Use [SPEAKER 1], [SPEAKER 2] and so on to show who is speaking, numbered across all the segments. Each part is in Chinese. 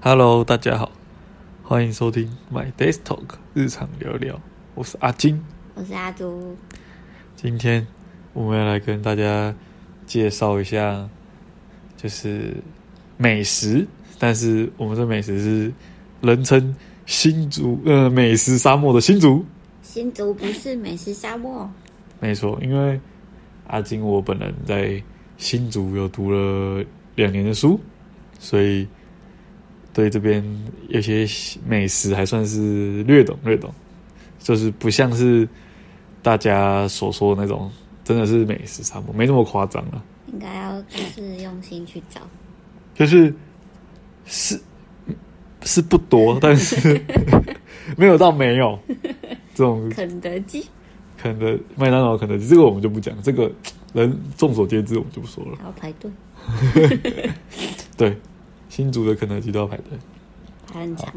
[SPEAKER 1] Hello，大家好，欢迎收听 My Desk Talk 日常聊聊，我是阿金。
[SPEAKER 2] 我是阿朱，
[SPEAKER 1] 今天我们要来跟大家介绍一下，就是美食，但是我们这美食是人称新竹呃美食沙漠的新竹，
[SPEAKER 2] 新竹不是美食沙漠，
[SPEAKER 1] 没错，因为阿金我本人在新竹有读了两年的书，所以对这边有些美食还算是略懂略懂，就是不像是大家所说的那种真的是美食沙漠，没那么夸张啊了。
[SPEAKER 2] 应该要就是用心去找。
[SPEAKER 1] 就是是是不多，但是没有到没有这种
[SPEAKER 2] 肯德基，
[SPEAKER 1] 肯德麦当劳、肯德基，这个我们就不讲，这个人众所皆知，我们就不说了。
[SPEAKER 2] 还要排队，
[SPEAKER 1] 对，新竹的肯德基都要排队，
[SPEAKER 2] 排很长。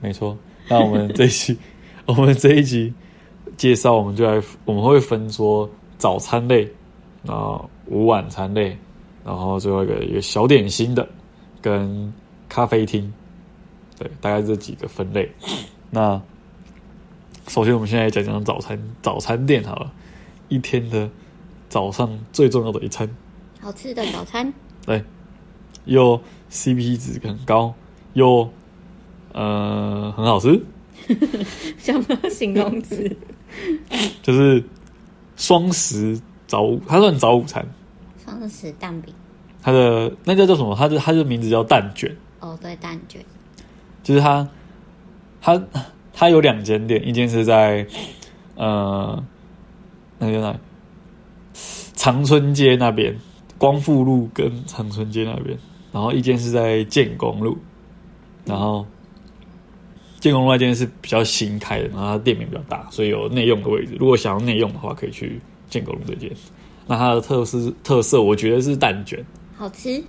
[SPEAKER 1] 没错。那我们这一期， 我们这一集介绍，我们就来，我们会分说早餐类，然后午晚餐类，然后最后一个一个小点心的跟咖啡厅，对，大概这几个分类。 那首先，我们现在讲讲早餐早餐店好了，一天的早上最重要的一餐。
[SPEAKER 2] 好吃的早 餐，
[SPEAKER 1] 对，又 CP 值很高，又呃很好吃，
[SPEAKER 2] 什么形容词？
[SPEAKER 1] 就是双十早午，它算早午餐，
[SPEAKER 2] 双十蛋饼。
[SPEAKER 1] 它的那叫叫什么？它的它的名字叫蛋卷，
[SPEAKER 2] 哦，对，蛋卷。
[SPEAKER 1] 就是它它它有两间店，一间是在呃那个叫哪里？长春街那边，光复路跟长春街那边，然后一间是在建工路，然后建工路那间是比较新开的，然后它店面比较大，所以有内用的位置。如果想要内用的话，可以去建工路这间。那它的特色特色，我觉得是蛋卷。
[SPEAKER 2] 好吃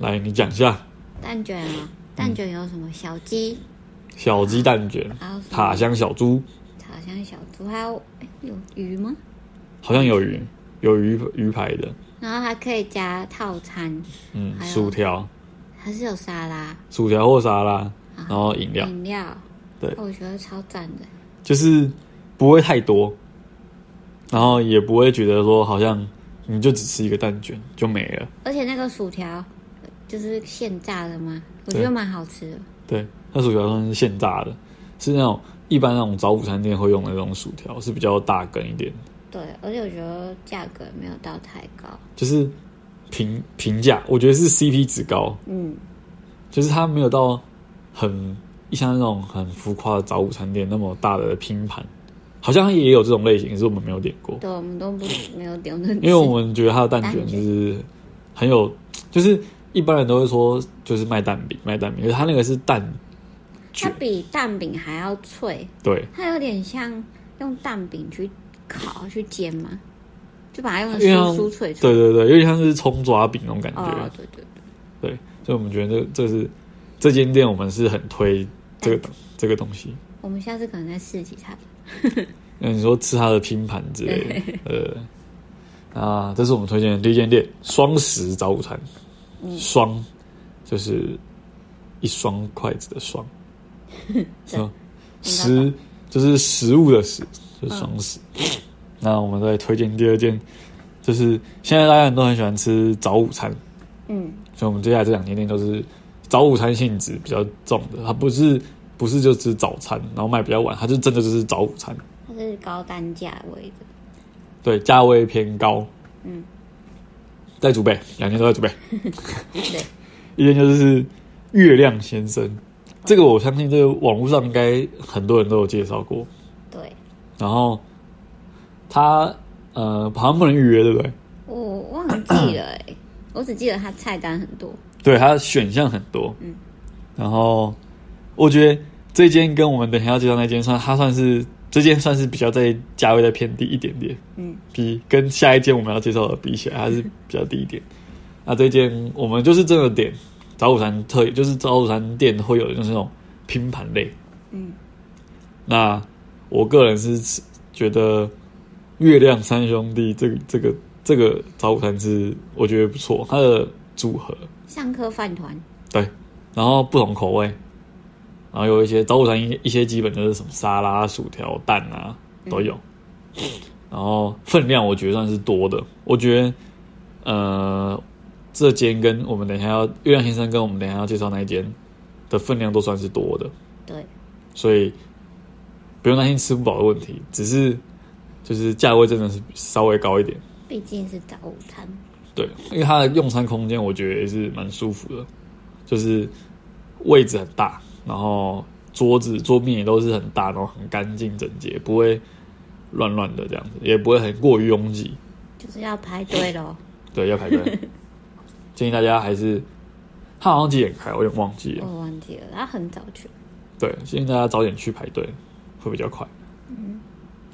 [SPEAKER 1] 来，你讲一下
[SPEAKER 2] 蛋卷啊，蛋卷有什么小鸡，
[SPEAKER 1] 小鸡蛋卷、
[SPEAKER 2] 还有什么
[SPEAKER 1] 塔香小猪，
[SPEAKER 2] 好像小猪，还有哎有鱼吗？
[SPEAKER 1] 好像有鱼，有鱼鱼排的，
[SPEAKER 2] 然后还可以加套餐，
[SPEAKER 1] 嗯，
[SPEAKER 2] 还有
[SPEAKER 1] 薯条、
[SPEAKER 2] 还是有沙拉、
[SPEAKER 1] 薯条或沙拉，然后饮料，
[SPEAKER 2] 饮料。
[SPEAKER 1] 对
[SPEAKER 2] 哦我觉得超赞的。
[SPEAKER 1] 就是不会太多，然后也不会觉得说好像你就只吃一个蛋卷就没了。
[SPEAKER 2] 而且那个薯条呃就是现炸的嘛，我
[SPEAKER 1] 对
[SPEAKER 2] 觉得蛮好吃的。
[SPEAKER 1] 对，那薯条算是现炸的，是那种一般那种早午餐店会用的那种薯条，是比较大根一点，
[SPEAKER 2] 对，而且我觉得价格没有到太高。
[SPEAKER 1] 就是平平价，我觉得是 CP 值高，
[SPEAKER 2] 嗯，
[SPEAKER 1] 就是它没有到很像那种很浮夸的早午餐店那么大的拼盘，好像也有这种类型，可是我们没有点过，
[SPEAKER 2] 对，我们都不没有点那个
[SPEAKER 1] 因为我们觉得它的蛋卷
[SPEAKER 2] 蛋
[SPEAKER 1] 就
[SPEAKER 2] 卷
[SPEAKER 1] 是很有，就是一般人都会说就是卖蛋饼，卖蛋饼，可是它那个是蛋
[SPEAKER 2] 它
[SPEAKER 1] 卷，
[SPEAKER 2] 比蛋饼还要脆，
[SPEAKER 1] 对，
[SPEAKER 2] 它有点像用蛋饼去烤去煎嘛，就把它用的
[SPEAKER 1] 因为它
[SPEAKER 2] 酥酥脆脆。
[SPEAKER 1] 对对对，有点像是葱抓饼那种感觉，
[SPEAKER 2] 哦，对对对，
[SPEAKER 1] 对，所以我们觉得这这是这间店我们是很推这个这个东西。
[SPEAKER 2] 我们下次可能再试几它。
[SPEAKER 1] 那嗯你说吃它的拼盘之类的，呃，那这是我们推荐的第一间店——双十早午餐。双就是一双筷子的双，是吗？食就是食物的食，就是双十。那我们再推荐第二间，就是现在大家都很喜欢吃早午餐，
[SPEAKER 2] 嗯，
[SPEAKER 1] 所以我们接下来这两间店都是早午餐性质比较重的，它不是不是就吃早餐，然后卖比较晚，它就真的就是早午餐。
[SPEAKER 2] 它是高单价位的，
[SPEAKER 1] 对，价位偏高。
[SPEAKER 2] 嗯，
[SPEAKER 1] 在祖北，两间都在祖北。
[SPEAKER 2] 对，
[SPEAKER 1] 一间就是月亮先生，这个我相信这个网络上应该很多人都有介绍过。
[SPEAKER 2] 对
[SPEAKER 1] 然后他呃，好像不能预约，对不对？
[SPEAKER 2] 我忘记了哎、我只记得它菜单很多，
[SPEAKER 1] 对，它选项很多。
[SPEAKER 2] 嗯，
[SPEAKER 1] 然后我觉得这间跟我们等一下要介绍那间算，它算是这间算是比较在价位再偏低一点点。
[SPEAKER 2] 嗯，
[SPEAKER 1] 比跟下一间我们要介绍的比起来，它是比较低一点。那这间我们就是真的点早午餐特，就是早午餐店会有就是那种拼盘类。
[SPEAKER 2] 嗯，
[SPEAKER 1] 那我个人是吃觉得月亮三兄弟这个这个这个早午餐是我觉得不错，它的组合
[SPEAKER 2] 上课饭团
[SPEAKER 1] 对，然后不同口味，然后有一些早午餐一一些基本就是什么沙拉、薯条、蛋啊都有，然后分量我觉得算是多的，我觉得呃这间跟我们等一下要月亮先生跟我们等一下要介绍那一间的分量都算是多的，
[SPEAKER 2] 对，
[SPEAKER 1] 所以不用担心吃不饱的问题，只是就是价位真的是稍微高一点。
[SPEAKER 2] 毕竟是早午餐，
[SPEAKER 1] 对，因为它的用餐空间我觉得也是蛮舒服的，就是位置很大，然后桌子桌面也都是很大，然后很干净整洁，不会乱乱的这样子，也不会很过于拥挤。
[SPEAKER 2] 就是要排队 咯。
[SPEAKER 1] 对，要排队，建议大家还是它好像几点开，我有点忘记了。
[SPEAKER 2] 我忘记了，他很早去，
[SPEAKER 1] 对，建议大家早点去排队，会比较快。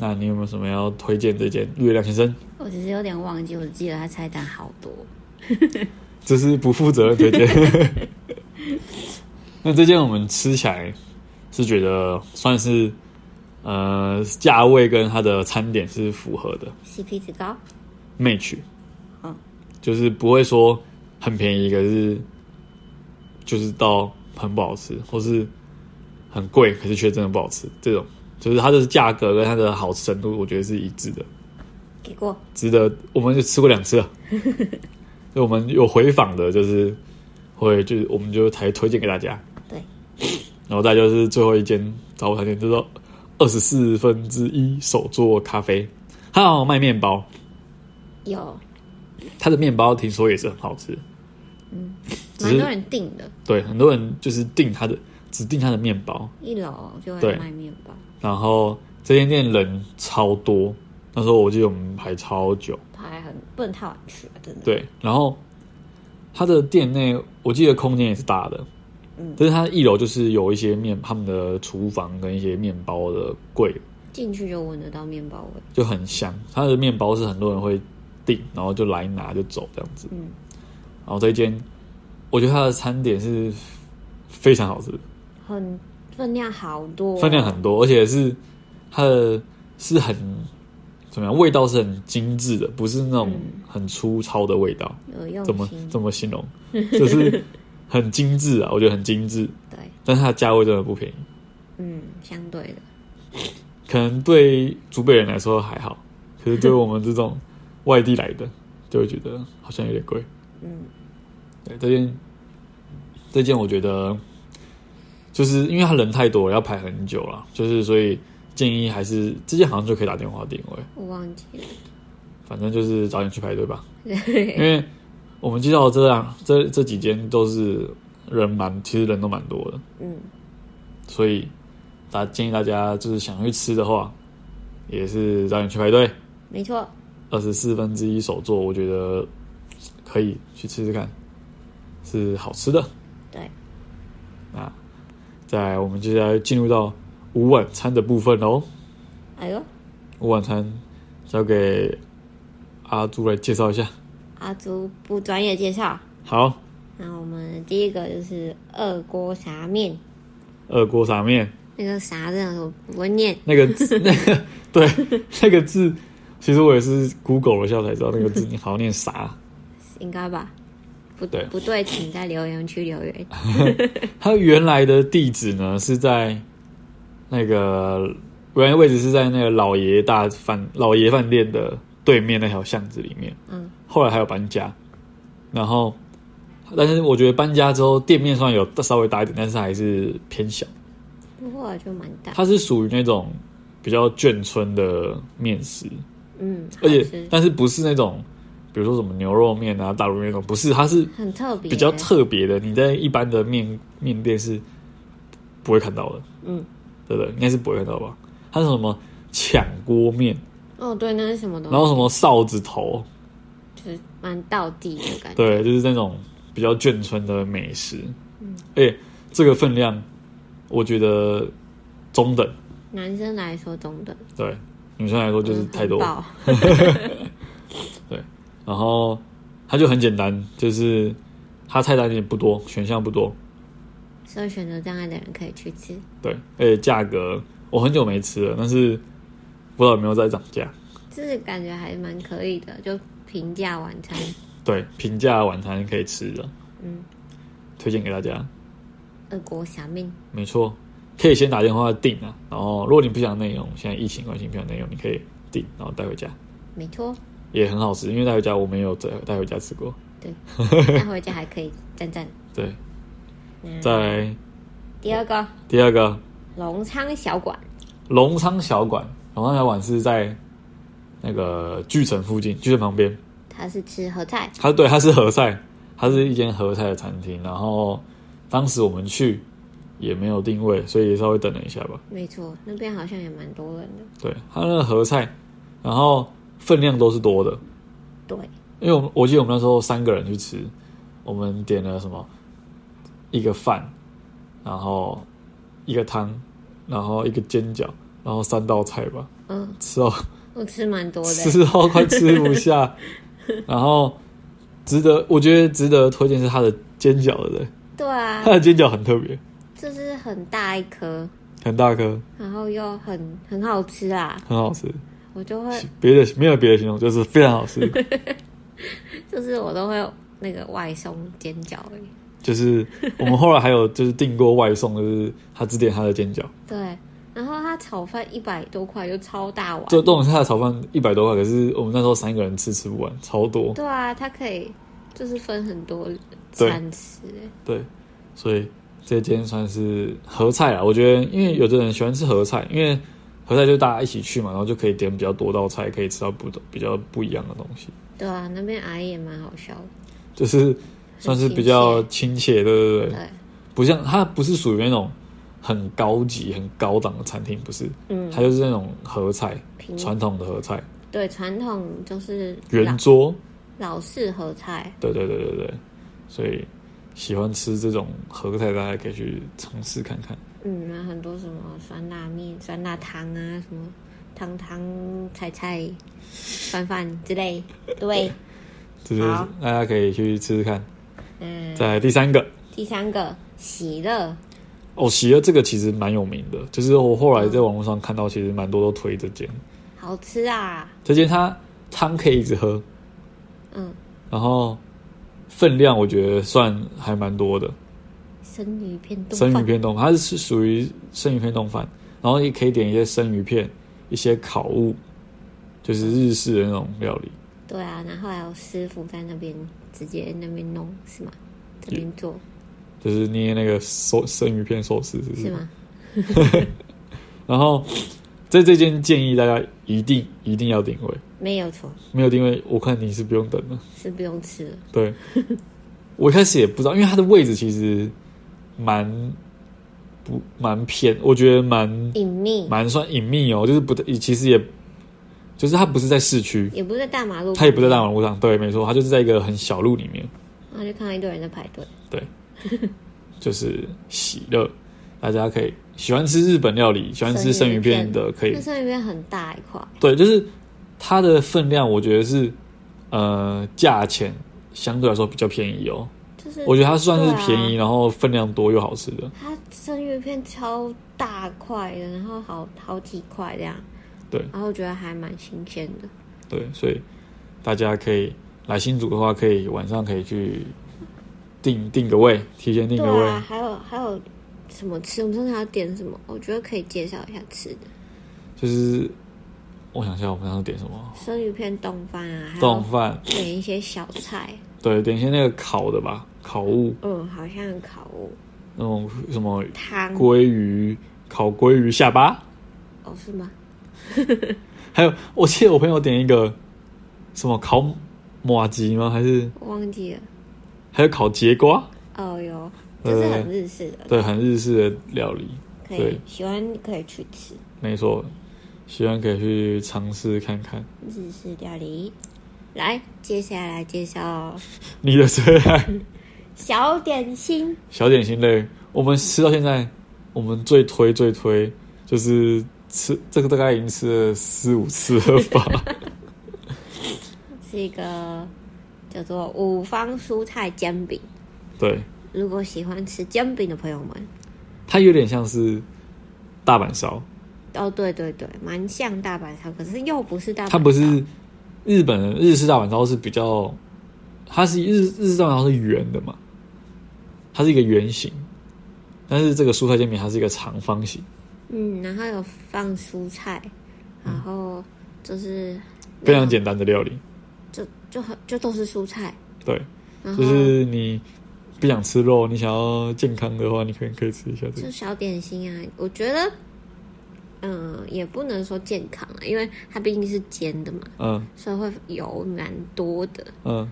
[SPEAKER 1] 那你有没有什么要推荐这间月亮先生？
[SPEAKER 2] 我只是有点忘记，我只记得他菜单好多。
[SPEAKER 1] 这是不负责任推荐。 那这件我们吃起来是觉得算是呃价位跟它的餐点是符合的
[SPEAKER 2] CP 值高，
[SPEAKER 1] match，
[SPEAKER 2] 嗯
[SPEAKER 1] 就是不会说很便宜，可是就是到很不好吃，或是很贵，可是却真的不好吃，这种就是它的价格跟它的好吃程度，我觉得是一致的。
[SPEAKER 2] 给过
[SPEAKER 1] 值得，我们就吃过两次 了。就我们有回访的，就是会就是我们就才推荐给大家。
[SPEAKER 2] 对，
[SPEAKER 1] 然后再就是最后一间早午餐店，叫做二十四分之一手做咖啡，它好像有卖面包，
[SPEAKER 2] 有，
[SPEAKER 1] 它的面包听说也是很好吃。只是
[SPEAKER 2] 嗯蛮多人订的，
[SPEAKER 1] 对，很多人就是订它的，只订它的面包。
[SPEAKER 2] 一楼就
[SPEAKER 1] 对
[SPEAKER 2] 会卖面包，
[SPEAKER 1] 然后这间店人超多，那时候我记得我们排超久。
[SPEAKER 2] 排很不能太晚去啊，真的。
[SPEAKER 1] 对，然后它的店内，我记得空间也是大的，
[SPEAKER 2] 嗯
[SPEAKER 1] 但是它一楼就是有一些面他们的厨房跟一些面包的柜，
[SPEAKER 2] 进去就闻得到面包味，
[SPEAKER 1] 就很香。它的面包是很多人会订，然后就来拿就走这样子。
[SPEAKER 2] 嗯，
[SPEAKER 1] 然后这一间，我觉得它的餐点是非常好吃，
[SPEAKER 2] 很分量好多，
[SPEAKER 1] 分量很多，而且是它的是很怎么样，味道是很精致的，不是那种
[SPEAKER 2] 嗯
[SPEAKER 1] 很粗糙的味道。
[SPEAKER 2] 有用
[SPEAKER 1] 怎么
[SPEAKER 2] 心，
[SPEAKER 1] 怎么形容？就是很精致啊，我觉得很精致，
[SPEAKER 2] 对，
[SPEAKER 1] 但是它的价位真的不便宜，
[SPEAKER 2] 嗯，相对的，
[SPEAKER 1] 可能对竹北人来说还好，可是对我们这种外地来的，就会觉得好像有点贵。
[SPEAKER 2] 嗯，
[SPEAKER 1] 对，这件这件我觉得就是因为他人太多了，要排很久了，就是所以建议还是这件好像就可以打电话定位，
[SPEAKER 2] 我忘记了，
[SPEAKER 1] 反正就是早点去排队吧。因
[SPEAKER 2] 对，
[SPEAKER 1] 为我们介绍的这样这这几间都是人蛮，其实人都蛮多的，
[SPEAKER 2] 嗯，
[SPEAKER 1] 所以大建议大家就是想去吃的话，也是早点去排队。
[SPEAKER 2] 没错，
[SPEAKER 1] 二十四分之一手做，我觉得可以去吃吃看，是好吃的。
[SPEAKER 2] 对，
[SPEAKER 1] 那在我们接下来进入到午晚餐的部分喽。
[SPEAKER 2] 哎呦，
[SPEAKER 1] 午晚餐交给阿朱来介绍一下。
[SPEAKER 2] 阿朱不专业介绍，
[SPEAKER 1] 好，
[SPEAKER 2] 那我们第一个就是二锅啥面，
[SPEAKER 1] 二锅啥面。
[SPEAKER 2] 那个啥真的我不会念，
[SPEAKER 1] 那个字， 那个对，那个字，其实我也是 Google 了一下才知道那个字，你好像念啥？
[SPEAKER 2] 应该吧？不
[SPEAKER 1] 对
[SPEAKER 2] 不对，请在留言区留 言。
[SPEAKER 1] 它原来的地址呢是在那个原来位置是在那个老爷大饭老爷饭店的对面那条巷子里面。
[SPEAKER 2] 嗯，
[SPEAKER 1] 后来还有搬家，然后但是我觉得搬家之后店面算有稍微大一点，但是还是偏小。
[SPEAKER 2] 不过就蛮大，
[SPEAKER 1] 它是属于那种比较眷村的面食，
[SPEAKER 2] 嗯，好
[SPEAKER 1] 而且
[SPEAKER 2] 吃，
[SPEAKER 1] 但是不是那种，比如说什么牛肉面啊、大卤面那种，不是，它是
[SPEAKER 2] 很特别，
[SPEAKER 1] 比较，特别的，你在一般的面面店是不会看到的，
[SPEAKER 2] 嗯，
[SPEAKER 1] 对不对？应该是不会看到吧？它是什么抢锅面，
[SPEAKER 2] 哦，对，那是什么东西？
[SPEAKER 1] 然后什么哨子头，
[SPEAKER 2] 就是蛮道地的感觉，
[SPEAKER 1] 对，就是那种比较眷村的美食，嗯，而且这个分量我觉得中等，
[SPEAKER 2] 男生来说中等，
[SPEAKER 1] 对，女生来说就是
[SPEAKER 2] 嗯
[SPEAKER 1] 太多
[SPEAKER 2] 很，饱
[SPEAKER 1] 然后它就很简单，就是它菜单也不多，选项不多，
[SPEAKER 2] 所以选择障碍的人可以去吃。
[SPEAKER 1] 对，而且价格我很久没吃了，但是不知道有没有在涨价。
[SPEAKER 2] 就是感觉还蛮可以的，就平价晚餐，
[SPEAKER 1] 对，平价晚餐可以吃的，
[SPEAKER 2] 嗯，
[SPEAKER 1] 推荐给大家。
[SPEAKER 2] 俄国小面，
[SPEAKER 1] 没错，可以先打电话订啊。然后，如果你不想内容，现在疫情关系不想内容，你可以订，然后带回家，
[SPEAKER 2] 没错，
[SPEAKER 1] 也很好吃。因为带回家我没有带带回家吃过。
[SPEAKER 2] 对，带回家还可以赞赞。
[SPEAKER 1] 对，
[SPEAKER 2] 嗯
[SPEAKER 1] 在
[SPEAKER 2] 第二个
[SPEAKER 1] 第二个
[SPEAKER 2] 隆昌小馆，
[SPEAKER 1] 隆昌小馆，隆昌小馆是在那个巨城附近，巨城旁边。
[SPEAKER 2] 它是吃合菜，
[SPEAKER 1] 它对，它是合菜，它是一间合菜的餐厅。然后当时我们去也没有定位，所以稍微等了一下吧。
[SPEAKER 2] 没错，那边好像也蛮多人的。
[SPEAKER 1] 对，它那个合菜，然后分量都是多的，
[SPEAKER 2] 对，
[SPEAKER 1] 因为我们我记得我们那时候三个人去吃，我们点了什么一个饭，然后一个汤，然后一个煎饺，然后三道菜吧，
[SPEAKER 2] 嗯，
[SPEAKER 1] 吃到
[SPEAKER 2] 我吃蛮多的。
[SPEAKER 1] 吃到快吃不 下。然后值得，我觉得值得推荐是它的煎饺的人，
[SPEAKER 2] 对啊
[SPEAKER 1] 它，的煎饺很特别，
[SPEAKER 2] 这是很大一颗，
[SPEAKER 1] 很大颗，
[SPEAKER 2] 然后又很很好吃啊，
[SPEAKER 1] 很好吃，
[SPEAKER 2] 我就会，
[SPEAKER 1] 别的没有别的形容，就是非常好吃，
[SPEAKER 2] 就是我都会那个外送煎饺而已。
[SPEAKER 1] 就是我们后来还有就是订过外送，就是他只点他的 煎饺，
[SPEAKER 2] 对，然后它炒饭一百多块，就超大碗。
[SPEAKER 1] 就弄他的炒饭一百多块，可是我们那时候三个人吃吃不完，超多，
[SPEAKER 2] 对啊，它可以就是分很多
[SPEAKER 1] 对
[SPEAKER 2] 餐吃。
[SPEAKER 1] 对，所以这间算是合菜啦。我觉得，因为有的人喜欢吃合菜，因为合菜就大家一起去嘛，然后就可以点比较多道菜，可以吃到不同比较不一样的东西，
[SPEAKER 2] 对啊，那边阿姨也蛮好笑的。
[SPEAKER 1] 就是算是比较亲切，对对对。
[SPEAKER 2] 对，
[SPEAKER 1] 不像它不是属于那种很高级、很高档的餐厅，不是，
[SPEAKER 2] 嗯
[SPEAKER 1] 它就是那种合菜，
[SPEAKER 2] 平
[SPEAKER 1] 传统的合菜，
[SPEAKER 2] 对传统就是
[SPEAKER 1] 圆
[SPEAKER 2] 老
[SPEAKER 1] 桌，
[SPEAKER 2] 老式合菜。
[SPEAKER 1] 对对对对对，所以喜欢吃这种合菜，大家可以去尝试看看。
[SPEAKER 2] 嗯，然后很多什么酸辣面、酸辣汤啊，什么汤汤菜菜、饭饭之类。 对，
[SPEAKER 1] 这就是
[SPEAKER 2] 好
[SPEAKER 1] 大家可以去吃吃看。
[SPEAKER 2] 嗯，
[SPEAKER 1] 在第三个
[SPEAKER 2] 第三个喜乐，
[SPEAKER 1] 哦，喜乐这个其实蛮有名的，就是我后
[SPEAKER 2] 嗯
[SPEAKER 1] 来在网络上看到，其实蛮多都推这间，
[SPEAKER 2] 好吃啊！
[SPEAKER 1] 这间它汤可以一直喝，
[SPEAKER 2] 嗯，
[SPEAKER 1] 然后分量我觉得算还蛮多的，
[SPEAKER 2] 生鱼片冻
[SPEAKER 1] 生鱼
[SPEAKER 2] 饭，
[SPEAKER 1] 片冻，它是属于生鱼片冻饭，然后也可以点一些生鱼片、一些烤物，就是日式的那种料理。
[SPEAKER 2] 对啊，然后还有师傅在那边直接那边弄是吗？这边做
[SPEAKER 1] 就是捏那个寿生鱼片寿司，是不
[SPEAKER 2] 是
[SPEAKER 1] 是？
[SPEAKER 2] 吗？
[SPEAKER 1] 然后在这间建议大家一定一定要定位，
[SPEAKER 2] 没有错，
[SPEAKER 1] 没有定位，我看你是不用等的。
[SPEAKER 2] 是不用吃了。
[SPEAKER 1] 对，我一开始也不知道，因为它的位置其实蛮不蛮偏，我觉得蛮
[SPEAKER 2] 隐秘
[SPEAKER 1] 蛮算隐秘哦，就是不其实也就是它不是在市区，
[SPEAKER 2] 也不是在大马路，
[SPEAKER 1] 他也不在大马路上，对，没错，他就是在一个很小路里面，
[SPEAKER 2] 然后就看到一堆人在排队。
[SPEAKER 1] 就是喜乐，大家可以喜欢吃日本料理，喜欢吃生鱼片的可以
[SPEAKER 2] 那，生鱼片很大一块，
[SPEAKER 1] 对，就是它的分量，我觉得是呃价钱相对来说比较便宜哦，
[SPEAKER 2] 就是
[SPEAKER 1] 我觉得它算是便宜，
[SPEAKER 2] 对啊
[SPEAKER 1] 然后分量多又好吃的，
[SPEAKER 2] 它生鱼片超大块的，然后好好几块这样。
[SPEAKER 1] 对
[SPEAKER 2] 然后我觉得还蛮新鲜的。
[SPEAKER 1] 对，所以大家可以来新竹的话，可以晚上可以去定定个位，提前定
[SPEAKER 2] 对
[SPEAKER 1] 个位，
[SPEAKER 2] 啊，还有还有什么吃？我们上次还要点什么？我觉得可以介绍一下吃的
[SPEAKER 1] 就是我想一下，我们当时点什么
[SPEAKER 2] 生鱼片冻饭啊，还
[SPEAKER 1] 冻
[SPEAKER 2] 有
[SPEAKER 1] 饭。
[SPEAKER 2] 点一些小菜。
[SPEAKER 1] 对，点一些那个烤的吧，烤物
[SPEAKER 2] 嗯，好像烤物
[SPEAKER 1] 那种什么
[SPEAKER 2] 汤
[SPEAKER 1] 鲑鱼、烤鲑鱼下巴，
[SPEAKER 2] 哦，是吗？
[SPEAKER 1] 还有我记得我朋友点一个什么烤马吉吗？还是
[SPEAKER 2] 我忘记了。
[SPEAKER 1] 还有烤节瓜？
[SPEAKER 2] 哦哟，就是
[SPEAKER 1] 呃
[SPEAKER 2] 很日式的，
[SPEAKER 1] 对，很日式的料理，
[SPEAKER 2] 可以
[SPEAKER 1] 对
[SPEAKER 2] 喜欢可以去吃
[SPEAKER 1] 没错，希望可以去尝试看看。
[SPEAKER 2] 日式料理。来，接下来介绍
[SPEAKER 1] 你的最爱
[SPEAKER 2] 小点心。
[SPEAKER 1] 小点心类，我们吃到现在，我们最推最推就是吃这个，大概已经吃了四五次了吧。
[SPEAKER 2] 是一个叫做五方蔬菜煎饼。
[SPEAKER 1] 对，
[SPEAKER 2] 如果喜欢吃煎饼的朋友们，
[SPEAKER 1] 它有点像是大阪烧。
[SPEAKER 2] 哦，对对对，蛮像大阪烧，可是又不是大阪烧。
[SPEAKER 1] 它不是日本的日式大阪烧是比较，它是日日式大阪烧是圆的嘛，它是一个圆形，但是这个蔬菜煎饼它是一个长方形，
[SPEAKER 2] 嗯，然后有放蔬菜，然后就是
[SPEAKER 1] 非常简单的料理。
[SPEAKER 2] 就就很就都是蔬菜，
[SPEAKER 1] 对，
[SPEAKER 2] 然后
[SPEAKER 1] 就是你不想吃肉，你想要健康的话，你可能可以吃一下这个
[SPEAKER 2] 就。小点心啊。我觉得，嗯、也不能说健康啊，因为它毕竟是煎的嘛，
[SPEAKER 1] 嗯
[SPEAKER 2] 所以会油蛮多的。
[SPEAKER 1] 嗯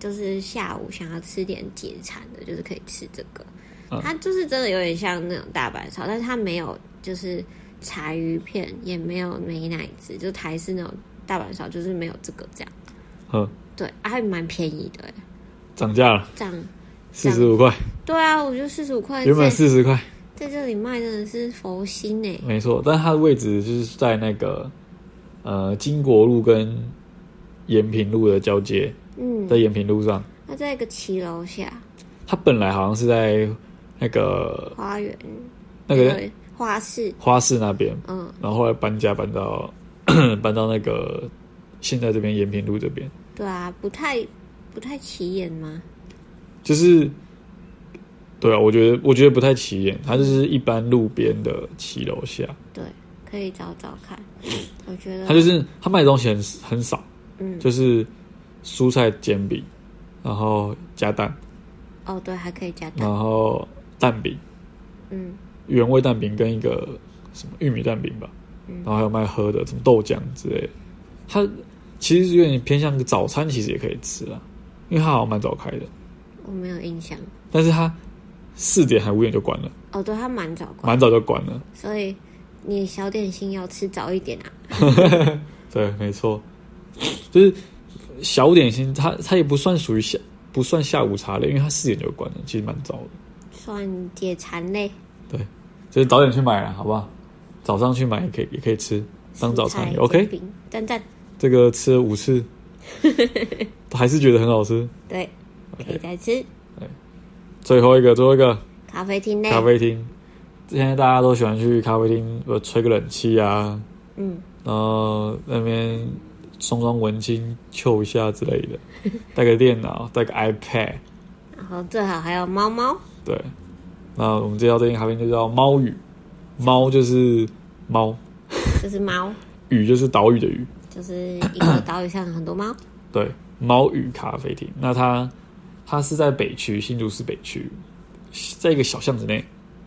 [SPEAKER 2] 就是下午想要吃点解馋的，就是可以吃这个
[SPEAKER 1] 嗯。
[SPEAKER 2] 它就是真的有点像那种大阪烧，但是它没有就是柴鱼片，也没有美乃滋，就台式那种大阪烧，就是没有这个这样。
[SPEAKER 1] 嗯，
[SPEAKER 2] 对，啊还蛮便宜的欸，
[SPEAKER 1] 涨价了
[SPEAKER 2] 这样。
[SPEAKER 1] 四十五块，
[SPEAKER 2] 对啊，我觉得四十五块
[SPEAKER 1] 原本
[SPEAKER 2] 在
[SPEAKER 1] 四十块，
[SPEAKER 2] 在这里卖真的是佛心哎、
[SPEAKER 1] 没错。但它的位置就是在那个呃金国路跟延平路的交接，
[SPEAKER 2] 嗯，
[SPEAKER 1] 在延平路上，
[SPEAKER 2] 它在一个骑楼下
[SPEAKER 1] 它本来好像是在那个
[SPEAKER 2] 花园，
[SPEAKER 1] 那个
[SPEAKER 2] 对花市，
[SPEAKER 1] 花市那边，
[SPEAKER 2] 嗯，
[SPEAKER 1] 然后后来搬家搬到 搬到那个现在这边延平路这边，
[SPEAKER 2] 对啊，不太不太起眼吗？
[SPEAKER 1] 就是对啊，我觉得我觉得不太起眼，它就是一般路边的骑楼下，
[SPEAKER 2] 对，啊可以找找看。 我觉得
[SPEAKER 1] 它就是它卖的东西很很少，
[SPEAKER 2] 嗯，
[SPEAKER 1] 就是蔬菜煎饼，然后加蛋，
[SPEAKER 2] 哦，对，还可以加
[SPEAKER 1] 然
[SPEAKER 2] 蛋，
[SPEAKER 1] 后蛋饼
[SPEAKER 2] 嗯，
[SPEAKER 1] 原味蛋饼跟一个什么玉米蛋饼吧，
[SPEAKER 2] 嗯
[SPEAKER 1] 然后还有卖喝的，什么豆浆之类的，它其实有点偏向早餐，其实也可以吃啦，因为它好像蛮早开的。
[SPEAKER 2] 我没有印象。
[SPEAKER 1] 但是它四点还五点就关了，
[SPEAKER 2] 哦，对，它蛮早关，
[SPEAKER 1] 蛮早就关了。
[SPEAKER 2] 所以你小点心要吃早一点啊。
[SPEAKER 1] 对，没错，就是小点心，它它也不算属于下不算下午茶类，因为它四点就关了，其实蛮早的。
[SPEAKER 2] 算解馋类，
[SPEAKER 1] 就是早点去买了，好不好？早上去买也可以，也可以吃当早餐也 OK。
[SPEAKER 2] 饼蛋蛋，
[SPEAKER 1] 这个吃了五次，还是觉得很好吃。
[SPEAKER 2] 对，可以
[SPEAKER 1] OK，
[SPEAKER 2] 再吃。
[SPEAKER 1] 最后一个，最后一个
[SPEAKER 2] 咖啡厅类，
[SPEAKER 1] 咖啡厅，现在大家都喜欢去咖啡厅，呃，吹个冷气啊，
[SPEAKER 2] 嗯，
[SPEAKER 1] 然后那边送双文青、秀一下之类的，带个电脑，带个 iPad，
[SPEAKER 2] 然后最好还有猫猫，
[SPEAKER 1] 对。那我们介绍这间咖啡厅就叫猫屿，猫就是猫，
[SPEAKER 2] 就是猫，
[SPEAKER 1] 屿就是岛屿的屿，
[SPEAKER 2] 就是一个岛屿上有很多猫。
[SPEAKER 1] 对，猫屿咖啡厅。那它它是在北区，新竹市北区，在一个小巷子内，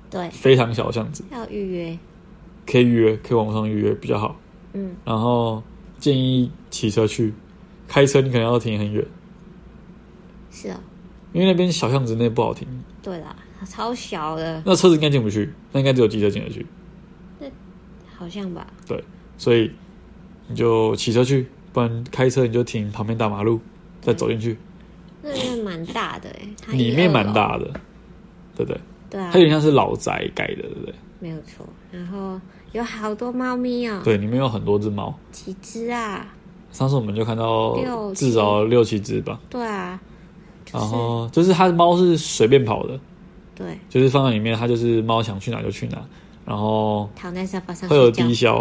[SPEAKER 2] 对，
[SPEAKER 1] 非常小的巷子，
[SPEAKER 2] 要预约。
[SPEAKER 1] 可以预约，可以网上预约比较好。
[SPEAKER 2] 嗯，
[SPEAKER 1] 然后建议骑车去，开车你可能要停很远，
[SPEAKER 2] 是哦，
[SPEAKER 1] 因为那边小巷子内不好停。
[SPEAKER 2] 对啦，超小的，
[SPEAKER 1] 那车子应该进不去，那应该只有机车进得去，
[SPEAKER 2] 好像吧。
[SPEAKER 1] 所以你就骑车去，不然开车你就停旁边大马路，再走进去，
[SPEAKER 2] 那里面蛮大的诶，它一
[SPEAKER 1] 里面
[SPEAKER 2] 二
[SPEAKER 1] 蛮
[SPEAKER 2] 楼。
[SPEAKER 1] 大的，对不对？
[SPEAKER 2] 对啊
[SPEAKER 1] 它有，点像是老宅改的，对不对？
[SPEAKER 2] 没有错。然后有好多猫咪哦，
[SPEAKER 1] 对，里面有很多只猫，
[SPEAKER 2] 几只啊？
[SPEAKER 1] 上次我们就看到
[SPEAKER 2] 六七
[SPEAKER 1] 至少六七只吧，
[SPEAKER 2] 对啊，就
[SPEAKER 1] 然
[SPEAKER 2] 是
[SPEAKER 1] 后就是它的猫是随便跑的，
[SPEAKER 2] 对，
[SPEAKER 1] 就是放在里面，它就是猫想去哪就去哪，然后
[SPEAKER 2] 躺在沙发上
[SPEAKER 1] 会有
[SPEAKER 2] 睡觉
[SPEAKER 1] 低。消，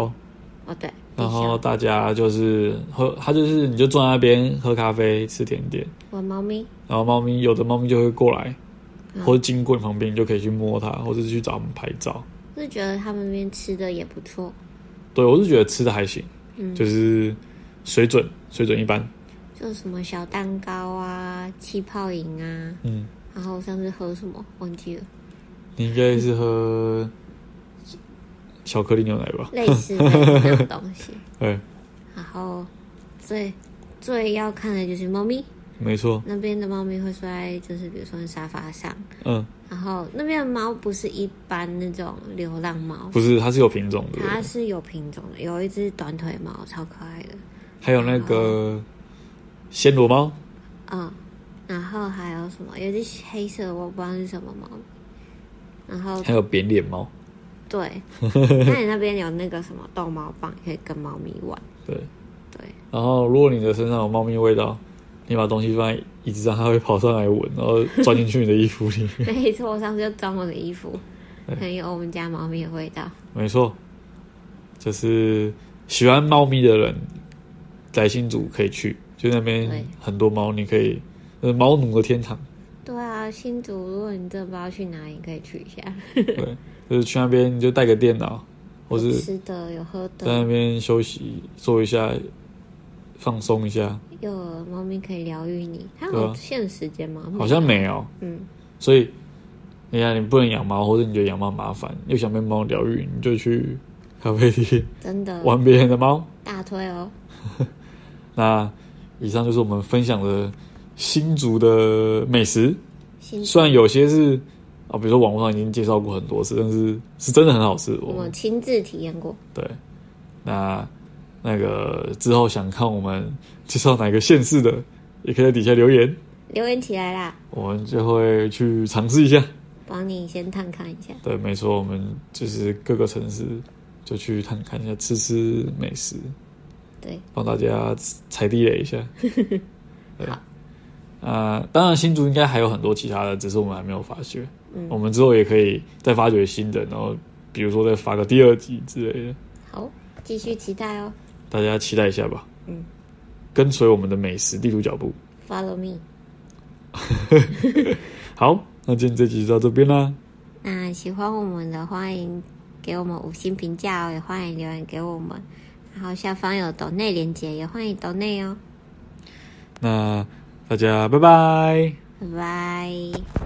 [SPEAKER 2] 哦，对，
[SPEAKER 1] 然
[SPEAKER 2] 低
[SPEAKER 1] 后
[SPEAKER 2] 消
[SPEAKER 1] 大家就是喝，它就是你就坐在那边喝咖啡吃甜点，
[SPEAKER 2] 玩猫咪，
[SPEAKER 1] 然后猫咪有的猫咪就会过来，
[SPEAKER 2] 嗯
[SPEAKER 1] 或者经过你旁边，你就可以去摸它，或者是去找我们拍照。
[SPEAKER 2] 是觉得他们那边吃的也不错。
[SPEAKER 1] 对我是觉得吃的还行，
[SPEAKER 2] 嗯
[SPEAKER 1] 就是水准水准一般，
[SPEAKER 2] 就什么小蛋糕啊、气泡饮啊，
[SPEAKER 1] 嗯，
[SPEAKER 2] 然后上次喝什么忘记了，
[SPEAKER 1] 你应该是喝巧克力牛奶吧？哎
[SPEAKER 2] 类似类似那种东 西。
[SPEAKER 1] 对，
[SPEAKER 2] 然后最最要看的就是猫咪，
[SPEAKER 1] 没错，
[SPEAKER 2] 那边的猫咪会睡在就是比如说沙发上，
[SPEAKER 1] 嗯，
[SPEAKER 2] 然后那边的猫不是一般那种流浪猫，
[SPEAKER 1] 不是，它是有品种的，
[SPEAKER 2] 它是有品种的，有一只短腿猫超可爱的，
[SPEAKER 1] 还有那
[SPEAKER 2] 哦
[SPEAKER 1] 个暹罗猫，
[SPEAKER 2] 嗯，然后还有什么？有一只黑色的，我不知道是什么猫咪。然后
[SPEAKER 1] 还有扁脸猫，
[SPEAKER 2] 对，那你那边有那个什么逗猫棒，可以跟猫咪 玩。
[SPEAKER 1] 对。
[SPEAKER 2] 对，
[SPEAKER 1] 然后如果你的身上有猫咪味道，你把东西放在椅子上，它会跑上来闻，然后钻进去你的衣服里面。
[SPEAKER 2] 没错，我上次就装我的衣服，
[SPEAKER 1] 哎
[SPEAKER 2] 很有我们家猫咪的味道。
[SPEAKER 1] 没错，就是喜欢猫咪的人，宅心组可以去，就那边
[SPEAKER 2] 对
[SPEAKER 1] 很多猫，你可以，呃，猫奴的天堂。
[SPEAKER 2] 对啊，到新竹，如果你真的不知道去哪里，可以去一下，
[SPEAKER 1] 对，就是去那边你就带个电脑，或是
[SPEAKER 2] 吃的有喝
[SPEAKER 1] 在那
[SPEAKER 2] 的，
[SPEAKER 1] 边休息坐一下，放松一下，
[SPEAKER 2] 又有猫咪可以疗愈你。它
[SPEAKER 1] 对啊
[SPEAKER 2] 有限时间吗？
[SPEAKER 1] 好像没有，
[SPEAKER 2] 嗯，
[SPEAKER 1] 所以哎你看你不能养猫，或者你觉得养猫麻烦，又想被猫疗愈，你就去 咖啡厅
[SPEAKER 2] 真的
[SPEAKER 1] 玩别人的猫。
[SPEAKER 2] 大推哦。
[SPEAKER 1] 那以上就是我们分享的新竹的美食，
[SPEAKER 2] 新竹
[SPEAKER 1] 虽然有些是啊，比如说网络上已经介绍过很多次，但是是真的很好吃。我
[SPEAKER 2] 我
[SPEAKER 1] 们
[SPEAKER 2] 亲自体验过，
[SPEAKER 1] 对，那那个之后想看我们介绍哪个县市的，也可以在底下留言，
[SPEAKER 2] 留言起来啦，
[SPEAKER 1] 我们就会去尝试一下。
[SPEAKER 2] 帮你先探看一下。
[SPEAKER 1] 对，没错，我们就是各个城市就去探看一下，吃吃美食，
[SPEAKER 2] 对，
[SPEAKER 1] 帮大家踩地雷一 下。对
[SPEAKER 2] 好，
[SPEAKER 1] 呃，当然新竹应该还有很多其他的，只是我们还没有发掘。
[SPEAKER 2] 嗯
[SPEAKER 1] 我们之后也可以再发掘新的，然后比如说再发个第二集之类的，
[SPEAKER 2] 好，继续期待哦。
[SPEAKER 1] 大家期待一下吧。
[SPEAKER 2] 嗯，
[SPEAKER 1] 跟随我们的美食地图脚步。
[SPEAKER 2] Follow me。
[SPEAKER 1] 好，那今天这集就到这边啦。
[SPEAKER 2] 那喜欢我们的，欢迎给我们五星评价哦，也欢迎留言给我们。然后下方有抖内连接，也欢迎抖内哦。
[SPEAKER 1] 那大家拜拜。
[SPEAKER 2] 拜拜。